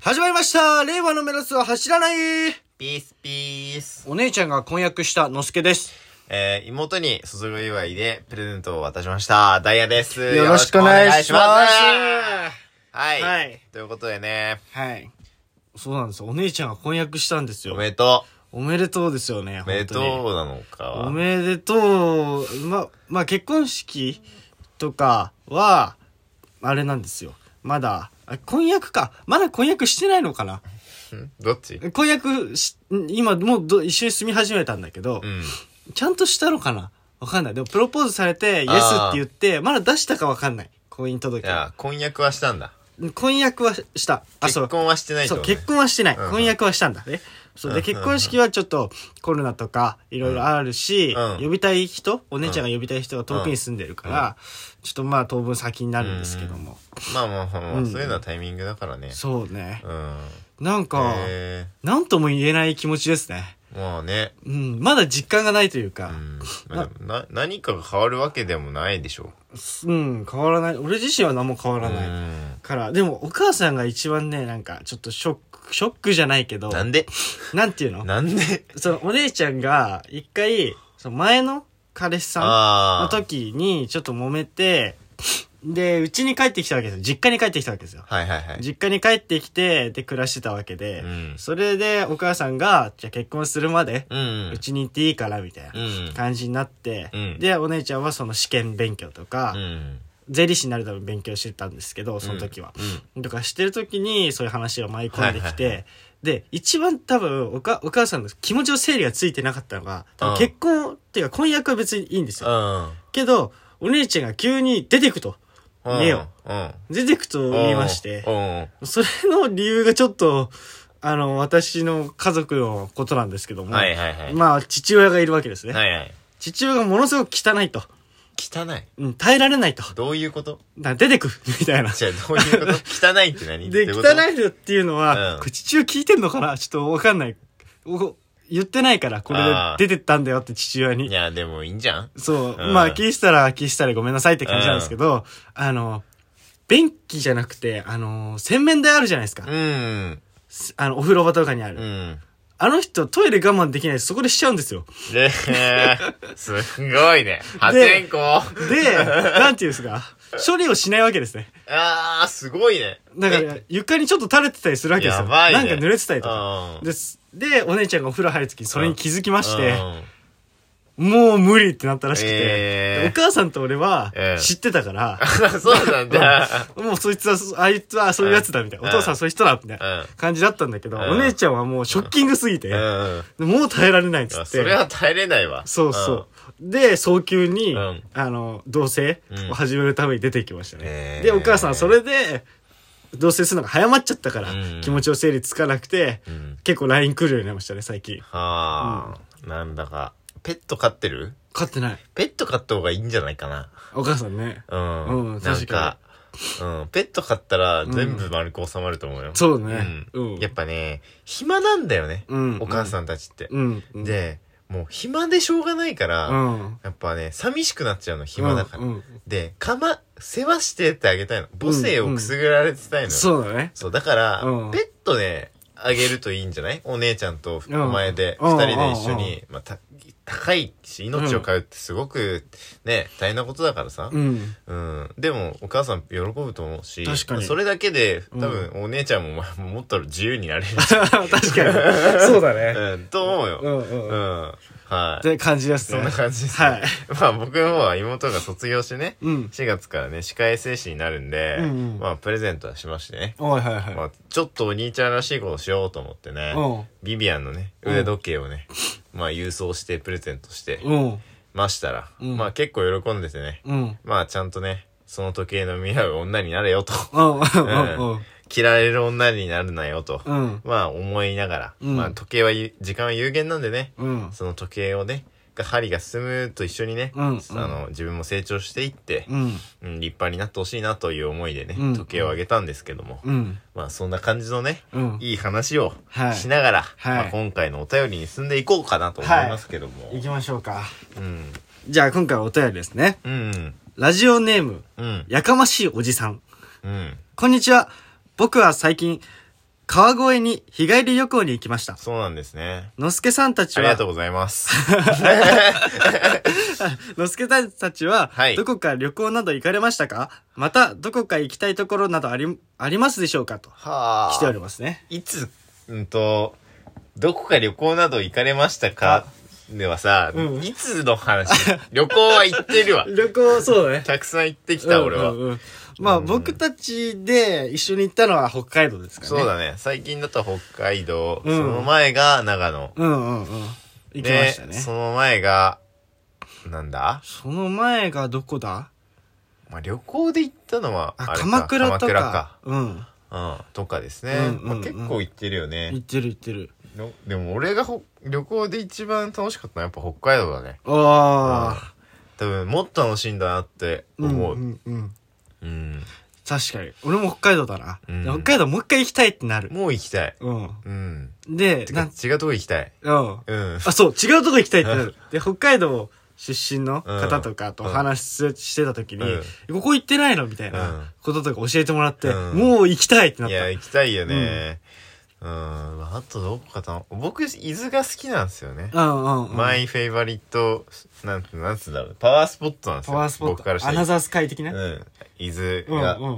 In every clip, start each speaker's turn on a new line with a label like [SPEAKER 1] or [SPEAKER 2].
[SPEAKER 1] 始まりました令和のメロスは走らない
[SPEAKER 2] ピースピース。
[SPEAKER 1] お姉ちゃんが婚約したのすけです。
[SPEAKER 2] えー、妹に卒業祝いでプレゼントを渡しました。ダイヤです。
[SPEAKER 1] よろしくお願いします
[SPEAKER 2] よろくお願いしますはい。
[SPEAKER 1] はい
[SPEAKER 2] ということでね、
[SPEAKER 1] はい。そうなんですよ。お姉ちゃんが婚約したんです
[SPEAKER 2] お
[SPEAKER 1] よ。
[SPEAKER 2] めでと
[SPEAKER 1] おめでとうですよね。
[SPEAKER 2] う。おめでと
[SPEAKER 1] 本
[SPEAKER 2] うなのか
[SPEAKER 1] 当にお
[SPEAKER 2] は。
[SPEAKER 1] めでとう。ま、まあ、結婚式とかは、あれなんですよ。まだ、あ婚約か。まだ婚約してないのかなん
[SPEAKER 2] どっち
[SPEAKER 1] 婚約し、今もうど一緒に住み始めたんだけど、
[SPEAKER 2] うん。
[SPEAKER 1] ちゃんとしたのかなわかんない。でも、プロポーズされて、イエスって言って、まだ出したかわかんない。婚姻届
[SPEAKER 2] い。や、婚約はしたんだ。
[SPEAKER 1] 婚約はした。あ、そう
[SPEAKER 2] 結。婚はしてないって
[SPEAKER 1] そう、
[SPEAKER 2] ことね
[SPEAKER 1] 結婚はしてない。
[SPEAKER 2] うんうん
[SPEAKER 1] 婚約はしたんだね。そう。で、
[SPEAKER 2] うんうんうん
[SPEAKER 1] 結婚式はちょっとコロナとかいろいろあるし、
[SPEAKER 2] うん
[SPEAKER 1] 呼びたい人、お姉ちゃんが呼びたい人が遠くに住んでるから、ちょっとまあ当分先になるんですけども。
[SPEAKER 2] まあまあまあまあ、
[SPEAKER 1] うん
[SPEAKER 2] そういうのはタイミングだからね。
[SPEAKER 1] そうね。
[SPEAKER 2] うん。
[SPEAKER 1] なんか、
[SPEAKER 2] え
[SPEAKER 1] なんとも言えない気持ちですね。
[SPEAKER 2] ー、まあね。
[SPEAKER 1] うん。まだ実感がないという
[SPEAKER 2] う
[SPEAKER 1] か、
[SPEAKER 2] ん。まあでもな、何かが変わるわけでもないでしょ
[SPEAKER 1] うん、変わらない。俺自身は何も変わ
[SPEAKER 2] う。
[SPEAKER 1] らない。
[SPEAKER 2] ん。
[SPEAKER 1] から、でもお母さんが一番ね、なんかちょっとショック、ショックじゃないけど、
[SPEAKER 2] なんで
[SPEAKER 1] なんていうの
[SPEAKER 2] なんで
[SPEAKER 1] そのお姉ちゃんが一回、その前の彼氏さんの
[SPEAKER 2] ああ。
[SPEAKER 1] 時にちょっと揉めて、で、うちに帰ってきたわけですよ。実家に帰ってきたわけですよ。
[SPEAKER 2] はいはいはい。
[SPEAKER 1] 実家に帰ってきて、で、暮らしてたわけで、
[SPEAKER 2] うん
[SPEAKER 1] それでお母さんが、じゃあ結婚するまで、
[SPEAKER 2] うん。
[SPEAKER 1] うちに行っていいから、みたいな
[SPEAKER 2] うん。
[SPEAKER 1] 感じになって、
[SPEAKER 2] うん
[SPEAKER 1] で、お姉ちゃんはその試験勉強とか、
[SPEAKER 2] うん。
[SPEAKER 1] 税理士になるために勉強してたんですけど、その時は。
[SPEAKER 2] う
[SPEAKER 1] とかしてる時にそういう話が舞い込んできて、
[SPEAKER 2] はいは
[SPEAKER 1] で一番多分おかお母さんの気持ちの整理がついてなかったのが多分
[SPEAKER 2] うん
[SPEAKER 1] 結婚、っていうか婚約は別にいいんですよ
[SPEAKER 2] ん。うん。
[SPEAKER 1] けどお姉ちゃんが急に出てくと
[SPEAKER 2] うん。
[SPEAKER 1] 家を
[SPEAKER 2] うん。
[SPEAKER 1] 出てくと言いまして
[SPEAKER 2] うん。
[SPEAKER 1] それの理由がちょっとあの私の家族のことなんですけども、
[SPEAKER 2] はいはいはい。
[SPEAKER 1] まあ父親がいるわけですね、
[SPEAKER 2] はいはい。
[SPEAKER 1] 父親がものすごく汚いと、
[SPEAKER 2] 汚い。
[SPEAKER 1] うん、耐えられないと
[SPEAKER 2] どういうこと
[SPEAKER 1] な出てくみたいな
[SPEAKER 2] じゃあどういうこと汚いって何
[SPEAKER 1] で、汚い人っていうのは、
[SPEAKER 2] うん
[SPEAKER 1] これ父親聞いてんのかなちょっとわかんない。お言ってないから、これ
[SPEAKER 2] あー
[SPEAKER 1] で出てったんだよって父親
[SPEAKER 2] い
[SPEAKER 1] に。
[SPEAKER 2] や、でもいいんじゃん
[SPEAKER 1] そう、
[SPEAKER 2] うん
[SPEAKER 1] まあ、聞いてたら聞いてたらごめんなさいって感じなんですけど、あの、便器じゃなくて、あの、洗面台あるじゃないですか。
[SPEAKER 2] うん。
[SPEAKER 1] すあの、お風呂場とかにある。
[SPEAKER 2] うん。
[SPEAKER 1] あの人、トイレ我慢できないでそこでしちゃうんですよ。
[SPEAKER 2] で、 すごいね。破天荒。
[SPEAKER 1] で、なんていうんですか、処理をしないわけですね。
[SPEAKER 2] あー、すごいね。
[SPEAKER 1] だから、床にちょっと垂れてたりするわけですよ。
[SPEAKER 2] やばい
[SPEAKER 1] なんか
[SPEAKER 2] ね
[SPEAKER 1] 濡れてたりとか。
[SPEAKER 2] うん
[SPEAKER 1] ですで、お姉ちゃんがお風呂入るときにそれに気づきまして、
[SPEAKER 2] うん
[SPEAKER 1] もう無理ってなったらしくて、
[SPEAKER 2] えー
[SPEAKER 1] お母さんと俺は
[SPEAKER 2] えー
[SPEAKER 1] 知ってたから、
[SPEAKER 2] そうなんだ。
[SPEAKER 1] もうそいつはそ、あいつはそういうやつだみたいな、
[SPEAKER 2] うん
[SPEAKER 1] お父さんはそういう人だみたいな
[SPEAKER 2] うん
[SPEAKER 1] 感じだったんだけど、
[SPEAKER 2] うん
[SPEAKER 1] お姉ちゃんはもうショッキングすぎて、
[SPEAKER 2] うん。
[SPEAKER 1] もう耐えられないっつって、
[SPEAKER 2] それは耐えれないわ。
[SPEAKER 1] そうそう。で、早急に、
[SPEAKER 2] うん
[SPEAKER 1] あの、同棲を始めるために出てきましたね。
[SPEAKER 2] うん
[SPEAKER 1] で、お母さんはそれで、同棲するのが早まっちゃったから、
[SPEAKER 2] うん
[SPEAKER 1] 気持ちを整理つかなくて、
[SPEAKER 2] うん。うん。
[SPEAKER 1] 結構 LINE 来るようになりましたね、最近。
[SPEAKER 2] はあ、なんだか。ペット飼ってる
[SPEAKER 1] 飼ってない。
[SPEAKER 2] ペット飼った方がいいんじゃないかな。
[SPEAKER 1] お母さんね。
[SPEAKER 2] うん。
[SPEAKER 1] うん
[SPEAKER 2] なん
[SPEAKER 1] 確か
[SPEAKER 2] か、うん。ペット飼ったら全部丸く収まると思うよ。
[SPEAKER 1] そうね。
[SPEAKER 2] うんやっぱね、暇なんだよね。
[SPEAKER 1] うん
[SPEAKER 2] お母さんたちって。
[SPEAKER 1] うん。うん、
[SPEAKER 2] で、もう暇でしょうがないから、
[SPEAKER 1] うん。
[SPEAKER 2] やっぱね、寂しくなっちゃうの、暇だから。
[SPEAKER 1] うんうん
[SPEAKER 2] で、かま、世話してってあげたいの。母性をくすぐられてたいの。そう。
[SPEAKER 1] そうだね。
[SPEAKER 2] だから、
[SPEAKER 1] うん
[SPEAKER 2] ペットね、あげるといいんじゃないお姉ちゃんとお
[SPEAKER 1] うん
[SPEAKER 2] 前で、
[SPEAKER 1] う
[SPEAKER 2] 二
[SPEAKER 1] ん
[SPEAKER 2] 人で一緒に、まあ、た、高いし、命を買うってすごく、ね、大変なことだからさ。
[SPEAKER 1] うん。
[SPEAKER 2] うん。でも、お母さん喜ぶと思うし、
[SPEAKER 1] 確かに
[SPEAKER 2] それだけで、
[SPEAKER 1] うん
[SPEAKER 2] 多分、お姉ちゃんも、まあ、もっと自由になれる。
[SPEAKER 1] 確かに。 そうだね。
[SPEAKER 2] うん、と思う
[SPEAKER 1] うん
[SPEAKER 2] よ。う
[SPEAKER 1] うん。っ
[SPEAKER 2] ん。はい。
[SPEAKER 1] て感じです
[SPEAKER 2] そ
[SPEAKER 1] ね。
[SPEAKER 2] んな感じです、
[SPEAKER 1] はい。
[SPEAKER 2] まあ、僕の方は妹が卒業してね、
[SPEAKER 1] うん。
[SPEAKER 2] 4月からね、歯科衛生士になるんで、
[SPEAKER 1] うんうん
[SPEAKER 2] まあ、プレゼントはしましてね。
[SPEAKER 1] はいはいはい。
[SPEAKER 2] まあ、ちょっとお兄ちゃんらしいことしようと思ってね、ビビアンのね、
[SPEAKER 1] うん
[SPEAKER 2] 腕時計をね、まあ、郵送してプレゼントして
[SPEAKER 1] うん。うん。
[SPEAKER 2] ましたら、
[SPEAKER 1] うん
[SPEAKER 2] まあ、結構喜んでてね、
[SPEAKER 1] うん。
[SPEAKER 2] まあ、ちゃんとね、その時計の見合う女になれよと、
[SPEAKER 1] うん。
[SPEAKER 2] 着られる女になるなよと、
[SPEAKER 1] うん。
[SPEAKER 2] まあ、思いながら、
[SPEAKER 1] うん
[SPEAKER 2] まあ、時計はゆ、時間は有限なんでね、
[SPEAKER 1] うん。
[SPEAKER 2] その時計をね、が針が進むと一緒にね、
[SPEAKER 1] うんうん
[SPEAKER 2] あの、自分も成長していって、
[SPEAKER 1] うん。
[SPEAKER 2] うん、立派になってほしいなという思いでね、
[SPEAKER 1] うん
[SPEAKER 2] 時計をあげたんですけども、
[SPEAKER 1] うん。
[SPEAKER 2] まあそんな感じのね、
[SPEAKER 1] うん。
[SPEAKER 2] いい話を
[SPEAKER 1] はい
[SPEAKER 2] しながら、
[SPEAKER 1] はい
[SPEAKER 2] まあ、今回のお便りに進んでいこうかなと思いますけども、
[SPEAKER 1] 行きましょうか。
[SPEAKER 2] うん、
[SPEAKER 1] じゃあ今回お便りですね。
[SPEAKER 2] うん、
[SPEAKER 1] ラジオネーム、
[SPEAKER 2] うん、
[SPEAKER 1] やかましいおじさん。
[SPEAKER 2] うん、
[SPEAKER 1] こんにちは。僕は最近、川越に日帰り旅行に行きました。
[SPEAKER 2] そうなんですね。
[SPEAKER 1] のすけさんたち
[SPEAKER 2] ありが
[SPEAKER 1] は
[SPEAKER 2] とう、ございます。
[SPEAKER 1] のすけさんたちは
[SPEAKER 2] は、い
[SPEAKER 1] どこか旅行など行かれましたかまた、どこか行きたいところなどあり、ありますでしょうかと、
[SPEAKER 2] はあ。
[SPEAKER 1] 来ておりますね。
[SPEAKER 2] いつ、うんと、どこか旅行など行かれましたかではさ、
[SPEAKER 1] うん
[SPEAKER 2] いつの話 旅行は行ってるわ。
[SPEAKER 1] 旅行、そうだね。
[SPEAKER 2] たくさん行ってきた、俺は。
[SPEAKER 1] うんうんうんまあ、
[SPEAKER 2] うん
[SPEAKER 1] 僕たちで一緒に行ったのは北海道ですかね。
[SPEAKER 2] そうだね。最近だと北海道、
[SPEAKER 1] うん
[SPEAKER 2] その前が長野。
[SPEAKER 1] うんうんうん。行きましたね
[SPEAKER 2] で、。その前が、なんだ
[SPEAKER 1] その前がどこだ
[SPEAKER 2] まあ、旅行で行ったのは、
[SPEAKER 1] あ、
[SPEAKER 2] あれか
[SPEAKER 1] 鎌倉とか。
[SPEAKER 2] 鎌倉
[SPEAKER 1] うん。
[SPEAKER 2] か。うん。とかですね。
[SPEAKER 1] うんうんうん
[SPEAKER 2] まあ、結構行ってるよね
[SPEAKER 1] 行っ。てる行ってる。
[SPEAKER 2] のでも俺がほ旅行で一番楽しかったのはやっぱ北海道だね。
[SPEAKER 1] ああ。
[SPEAKER 2] 多分もっと楽しいんだなって思う。うん
[SPEAKER 1] んうん。確かに。俺も北海道だな。
[SPEAKER 2] うん
[SPEAKER 1] 北海道もう一回行きたいってなる。
[SPEAKER 2] もう行きたい。
[SPEAKER 1] うん。
[SPEAKER 2] うん。
[SPEAKER 1] で、
[SPEAKER 2] て
[SPEAKER 1] な
[SPEAKER 2] か
[SPEAKER 1] ん、
[SPEAKER 2] 違うとこ行きたい。
[SPEAKER 1] うん。
[SPEAKER 2] うん。
[SPEAKER 1] あ、そう、違うとこ行きたいってなる。で、北海道出身の
[SPEAKER 2] うん
[SPEAKER 1] 方とかとお話ししてた時に、
[SPEAKER 2] う
[SPEAKER 1] ここ行ってないのみたいうなんこととか教えてもらって、
[SPEAKER 2] うん
[SPEAKER 1] もう行きたいってないっ
[SPEAKER 2] や、
[SPEAKER 1] た。
[SPEAKER 2] 行きたいよね。うん。あとどこかた僕、伊豆が好きなんですよね。
[SPEAKER 1] うんうんうん。
[SPEAKER 2] マイフェイバリット、なんて、なんつうんだろう。パワースポットなんです
[SPEAKER 1] パ
[SPEAKER 2] よ。
[SPEAKER 1] ワースポッ
[SPEAKER 2] 僕からし
[SPEAKER 1] ト。
[SPEAKER 2] た
[SPEAKER 1] ア
[SPEAKER 2] ら。
[SPEAKER 1] ナザースカイ的な。
[SPEAKER 2] うん。伊豆
[SPEAKER 1] うん
[SPEAKER 2] が。
[SPEAKER 1] う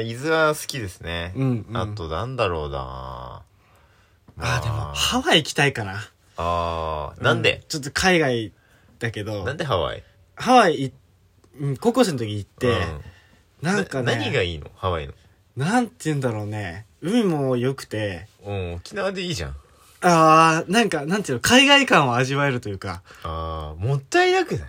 [SPEAKER 1] ん。
[SPEAKER 2] 伊豆は好きですね。
[SPEAKER 1] うんうん
[SPEAKER 2] あと、なんだろうな
[SPEAKER 1] あー、でも、
[SPEAKER 2] ま
[SPEAKER 1] ハワイ行きたいかな。
[SPEAKER 2] ああ、なん
[SPEAKER 1] う
[SPEAKER 2] で、
[SPEAKER 1] ちょっと海外だけど
[SPEAKER 2] なんでハワイ
[SPEAKER 1] ハワイいうん高校生の時行って、
[SPEAKER 2] うん
[SPEAKER 1] なんかね
[SPEAKER 2] 何がいいのハワイの。
[SPEAKER 1] なんて言うんだろうね海も良くて
[SPEAKER 2] うん、沖縄でいいじゃん。
[SPEAKER 1] あーなんかなんていうの海外感を味わえるというか
[SPEAKER 2] ああ、もったいなくない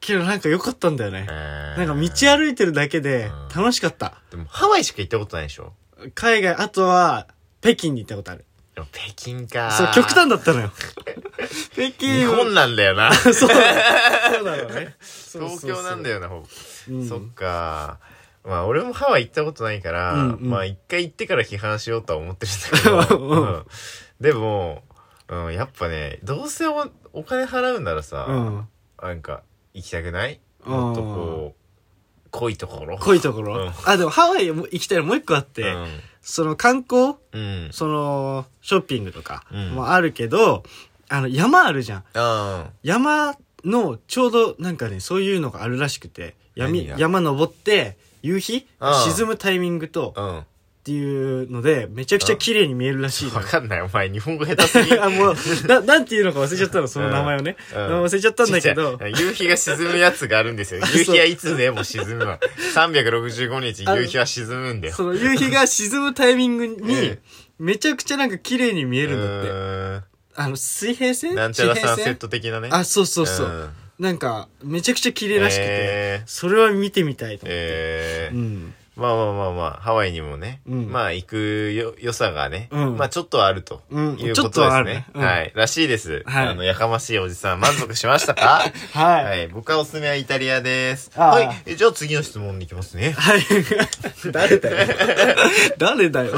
[SPEAKER 1] けどなんか良かったんだよね
[SPEAKER 2] な
[SPEAKER 1] なんか道歩いてるだけで
[SPEAKER 2] うん
[SPEAKER 1] 楽しかった
[SPEAKER 2] でもハワイしか行ったことないでしょ
[SPEAKER 1] 海外あとは北京に行ったことある
[SPEAKER 2] でも北京か。
[SPEAKER 1] そう極端だった のよ北京
[SPEAKER 2] 日本なんだよ な。
[SPEAKER 1] そうそうだろうね
[SPEAKER 2] 東京なんだ
[SPEAKER 1] よ
[SPEAKER 2] よな、ほぼ。
[SPEAKER 1] うん
[SPEAKER 2] そっか。まあ俺もハワイ行ったことないから、
[SPEAKER 1] うんうん
[SPEAKER 2] まあ一回行ってから批判しようとは思ってるんだけ ど、
[SPEAKER 1] うん
[SPEAKER 2] うんでも、うん、やっぱね、どうせおお金払うんならさ、
[SPEAKER 1] うん
[SPEAKER 2] なんか行きたくない
[SPEAKER 1] うん
[SPEAKER 2] もっとこう、濃いところ。
[SPEAKER 1] 濃いところ、
[SPEAKER 2] うん
[SPEAKER 1] あでもハワイも行きたいのもう一個あって、その観光
[SPEAKER 2] うん。うん。
[SPEAKER 1] そのショッピングとか
[SPEAKER 2] うん
[SPEAKER 1] もあるけど、あの山あるじゃん
[SPEAKER 2] あ
[SPEAKER 1] 山のちょうどなんかねそういうのがあるらしくて闇
[SPEAKER 2] 何が
[SPEAKER 1] 山登って夕日
[SPEAKER 2] ああ
[SPEAKER 1] 沈むタイミングと
[SPEAKER 2] あ。うん。
[SPEAKER 1] っていうのでめちゃくちゃ綺麗に見えるらしいの
[SPEAKER 2] わ
[SPEAKER 1] よ
[SPEAKER 2] かんない、お前、日本語下手 すぎ。
[SPEAKER 1] あもうななんていうのか忘れちゃったのその名前をね、
[SPEAKER 2] うんうん
[SPEAKER 1] 名前忘れちゃったんだけ
[SPEAKER 2] ち
[SPEAKER 1] ど
[SPEAKER 2] っちゃい夕日が沈むやつがある
[SPEAKER 1] 。
[SPEAKER 2] んですよ
[SPEAKER 1] そう
[SPEAKER 2] 夕日はいつでも沈むわ。365日夕日は沈むんだよ。
[SPEAKER 1] その夕日が沈むタイミング
[SPEAKER 2] う
[SPEAKER 1] に
[SPEAKER 2] ん
[SPEAKER 1] めちゃくちゃなんか綺麗に見えるんだって
[SPEAKER 2] う
[SPEAKER 1] あの水平
[SPEAKER 2] ー
[SPEAKER 1] 線
[SPEAKER 2] んなんちゃら
[SPEAKER 1] 地平
[SPEAKER 2] サンセッ
[SPEAKER 1] 線
[SPEAKER 2] ト的なね。
[SPEAKER 1] あそうそうそう、
[SPEAKER 2] ん
[SPEAKER 1] なんか、めちゃくちゃ綺麗らしくて、
[SPEAKER 2] えー
[SPEAKER 1] それは見てみたいと思って。
[SPEAKER 2] え
[SPEAKER 1] う
[SPEAKER 2] ー
[SPEAKER 1] ん。
[SPEAKER 2] まあまあまあまあ、ハワイにもね、
[SPEAKER 1] うん
[SPEAKER 2] まあ行くよ、良さがね、
[SPEAKER 1] うん
[SPEAKER 2] まあちょっとはあると。
[SPEAKER 1] うん
[SPEAKER 2] いう
[SPEAKER 1] ちょ
[SPEAKER 2] こ
[SPEAKER 1] っと
[SPEAKER 2] とで
[SPEAKER 1] はあ
[SPEAKER 2] す
[SPEAKER 1] るね
[SPEAKER 2] ね。
[SPEAKER 1] うん
[SPEAKER 2] はい。らしいです。
[SPEAKER 1] はい
[SPEAKER 2] あの、やかましいおじさん、満足しまし たか
[SPEAKER 1] はい
[SPEAKER 2] はい。僕はおすすめはイタリアです。
[SPEAKER 1] あー
[SPEAKER 2] はい。えじゃあ次の質問に行きますね。
[SPEAKER 1] はい。誰だよ。誰だよ。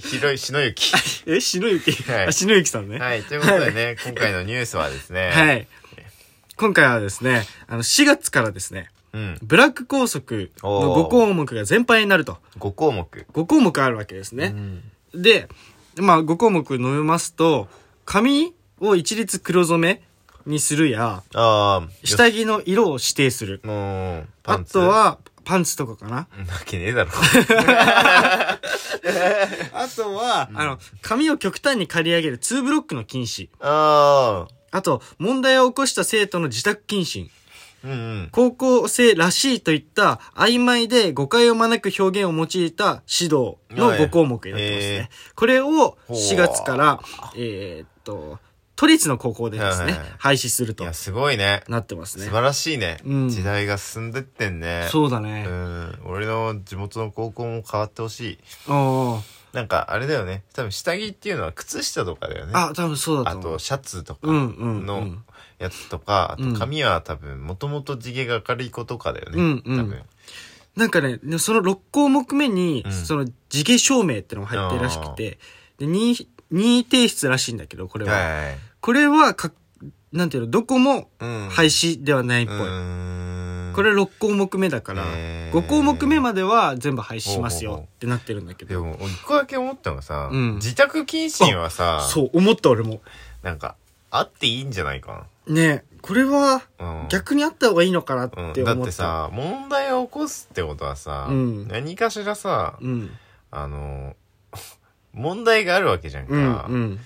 [SPEAKER 2] ひ、ひろい、しのゆき。
[SPEAKER 1] え、しのゆき、
[SPEAKER 2] はい
[SPEAKER 1] あ、しのゆきさんね。
[SPEAKER 2] はい、ということでね、今回のニュースはですね、
[SPEAKER 1] はい。今回はですね、あの、4月からですね、
[SPEAKER 2] うん、
[SPEAKER 1] ブラック校則の5項目が全般になると。
[SPEAKER 2] 5項目。
[SPEAKER 1] 5項目あるわけですね。で、まあ、5項目述べますと、髪を一律黒染めにするや、
[SPEAKER 2] ああ、
[SPEAKER 1] 下着の色を指定する。
[SPEAKER 2] もう、パ
[SPEAKER 1] あ
[SPEAKER 2] ンツ。
[SPEAKER 1] と、は、パンツとかかな。
[SPEAKER 2] なわけねえだろ。
[SPEAKER 1] あとは、あの、髪を極端に刈り上げる2ブロックの禁止。
[SPEAKER 2] ああ、
[SPEAKER 1] あと、問題を起こした生徒の自宅謹慎。
[SPEAKER 2] うんうん。
[SPEAKER 1] 高校生らしいといった曖昧で誤解を招く表現を用いた指導の
[SPEAKER 2] はい
[SPEAKER 1] 5項目になってますね。
[SPEAKER 2] え
[SPEAKER 1] これを
[SPEAKER 2] ほう
[SPEAKER 1] 4月から、えーっと、都立の高校でですね、
[SPEAKER 2] はいはい
[SPEAKER 1] 廃止する
[SPEAKER 2] い
[SPEAKER 1] と
[SPEAKER 2] や、すごいね。
[SPEAKER 1] なってますね
[SPEAKER 2] 素。晴らしいね。
[SPEAKER 1] うん
[SPEAKER 2] 時代が進んでってんね。
[SPEAKER 1] そうだ
[SPEAKER 2] う
[SPEAKER 1] ね。
[SPEAKER 2] ん。俺の地元の高校も変わってほしい。
[SPEAKER 1] おー
[SPEAKER 2] なんか、あれだよね。多分、下着っていうのは靴下とかだよね。
[SPEAKER 1] あ、多分そうだ
[SPEAKER 2] あ
[SPEAKER 1] と思う。
[SPEAKER 2] と、シャツとか
[SPEAKER 1] うんうんう
[SPEAKER 2] の
[SPEAKER 1] ん
[SPEAKER 2] やつとか、あ
[SPEAKER 1] うん
[SPEAKER 2] と髪は多分、もともと地毛が明るい子とかだよ
[SPEAKER 1] う
[SPEAKER 2] ね。
[SPEAKER 1] んうん
[SPEAKER 2] 多分。
[SPEAKER 1] なんかね、でその6項目目に、
[SPEAKER 2] うん
[SPEAKER 1] その、自芸証明ってのが入ってるらしくて、で、任意任意提出らしいんだけど、これは。
[SPEAKER 2] はい。
[SPEAKER 1] これはか、なんていうの、どこも
[SPEAKER 2] うん
[SPEAKER 1] 廃止ではないっぽい。これ6項目目だから、
[SPEAKER 2] へー
[SPEAKER 1] 5項目目までは全部廃止しますよってなってるんだけ
[SPEAKER 2] で
[SPEAKER 1] ど。
[SPEAKER 2] も一個だけ思ったのがさ、
[SPEAKER 1] うん
[SPEAKER 2] 自宅謹慎はさ
[SPEAKER 1] そう、思った俺も。
[SPEAKER 2] なんかあっていいんじゃないか
[SPEAKER 1] ねえ、これは
[SPEAKER 2] な、うん、
[SPEAKER 1] 逆にあった方がいいのかなって
[SPEAKER 2] う
[SPEAKER 1] 思
[SPEAKER 2] ん
[SPEAKER 1] った。
[SPEAKER 2] だってさ問題を起こすってことはさ、
[SPEAKER 1] うん
[SPEAKER 2] 何かしらさ、
[SPEAKER 1] うん、
[SPEAKER 2] あの 問題があるわけじゃんか、
[SPEAKER 1] うん、うん、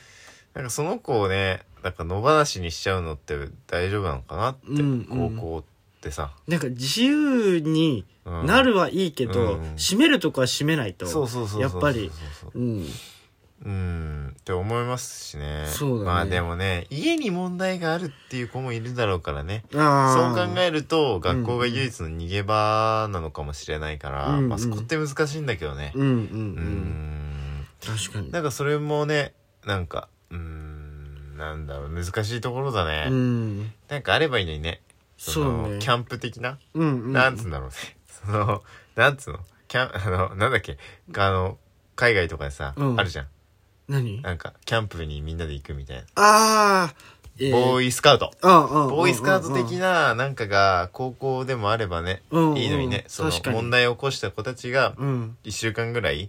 [SPEAKER 2] なんかその子をねなんか野放しにしちゃうのって大丈夫なのかなって、
[SPEAKER 1] うんうん
[SPEAKER 2] 高校ってさ、
[SPEAKER 1] なんか自由に
[SPEAKER 2] うん
[SPEAKER 1] なるはいいけど、
[SPEAKER 2] うん
[SPEAKER 1] 閉めるとこは閉めないと。
[SPEAKER 2] そうそうそうそう
[SPEAKER 1] やっぱり
[SPEAKER 2] そうそうそう
[SPEAKER 1] うん。
[SPEAKER 2] うんって思いますしね
[SPEAKER 1] そうだね
[SPEAKER 2] まあでもね家に問題があるっていう子もいるだろうからねそ
[SPEAKER 1] あ
[SPEAKER 2] う
[SPEAKER 1] あ。
[SPEAKER 2] 考えると学校が唯一の逃げ場なのかもしれないから、
[SPEAKER 1] うんうん
[SPEAKER 2] まあ、そこって難しいんだけどね、
[SPEAKER 1] うん、うん、う。
[SPEAKER 2] うんん
[SPEAKER 1] 確かに。
[SPEAKER 2] なんかそれもねなんかうーんなんだろう難しいところだね、
[SPEAKER 1] うん。
[SPEAKER 2] なんかあればいいのにねそ
[SPEAKER 1] そう
[SPEAKER 2] の
[SPEAKER 1] ね。
[SPEAKER 2] キャンプ的な、
[SPEAKER 1] うん、うん。
[SPEAKER 2] なんつうんだろうねそのなんつうのキャンあのなんだっけあの海外とかでさ、
[SPEAKER 1] うん
[SPEAKER 2] あるじゃん
[SPEAKER 1] 何
[SPEAKER 2] なんかキャンプにみんなで行くみたいな、
[SPEAKER 1] ああ。えー
[SPEAKER 2] ボーイスカウト
[SPEAKER 1] ああああ
[SPEAKER 2] ボーイスカウト的
[SPEAKER 1] な。
[SPEAKER 2] ななんかが高校でもあればね、
[SPEAKER 1] うん
[SPEAKER 2] いいのにね、
[SPEAKER 1] うん
[SPEAKER 2] その
[SPEAKER 1] 確かに
[SPEAKER 2] 問題を起こした子たちが
[SPEAKER 1] うん。
[SPEAKER 2] 1週間ぐらいちょっ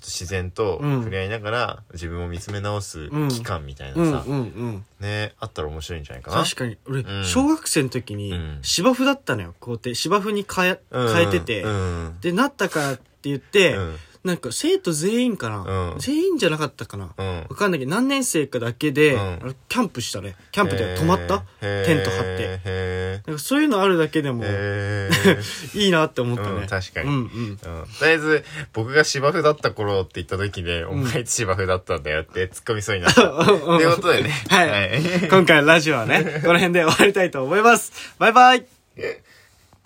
[SPEAKER 2] と自然と
[SPEAKER 1] うん
[SPEAKER 2] 触れ合いながら自分を見つめ直す
[SPEAKER 1] うん
[SPEAKER 2] 期間みたいな
[SPEAKER 1] うん、う
[SPEAKER 2] さ、
[SPEAKER 1] ん、うん。
[SPEAKER 2] ねあったら面白いんじゃないかな
[SPEAKER 1] 確かに。俺、
[SPEAKER 2] うん
[SPEAKER 1] 小学生の時に
[SPEAKER 2] うん
[SPEAKER 1] 芝生だったのよ、校庭。芝生に変え、
[SPEAKER 2] うん
[SPEAKER 1] 変えてて。
[SPEAKER 2] うん
[SPEAKER 1] で、なったからって言って、
[SPEAKER 2] うん
[SPEAKER 1] なんか生徒全員かな、
[SPEAKER 2] うん
[SPEAKER 1] 全員じゃなかったかな、
[SPEAKER 2] うん
[SPEAKER 1] わかんないけど、何年生かだけで、
[SPEAKER 2] うん
[SPEAKER 1] あれキャンプしたね。キャンプで泊まった、
[SPEAKER 2] へー
[SPEAKER 1] テント張って。
[SPEAKER 2] へ
[SPEAKER 1] なんかそういうのあるだけでも、
[SPEAKER 2] ーへー
[SPEAKER 1] いいなって思ったね。
[SPEAKER 2] うん確かに
[SPEAKER 1] うんうん。
[SPEAKER 2] うんとりあえず僕が芝生だった頃って言った時で「お前芝生だったんだよ」って突っ込みそうに なった。ということでね。
[SPEAKER 1] はい
[SPEAKER 2] はい
[SPEAKER 1] 今回のラジオはね、この辺で終わりたいと思います。バイバイ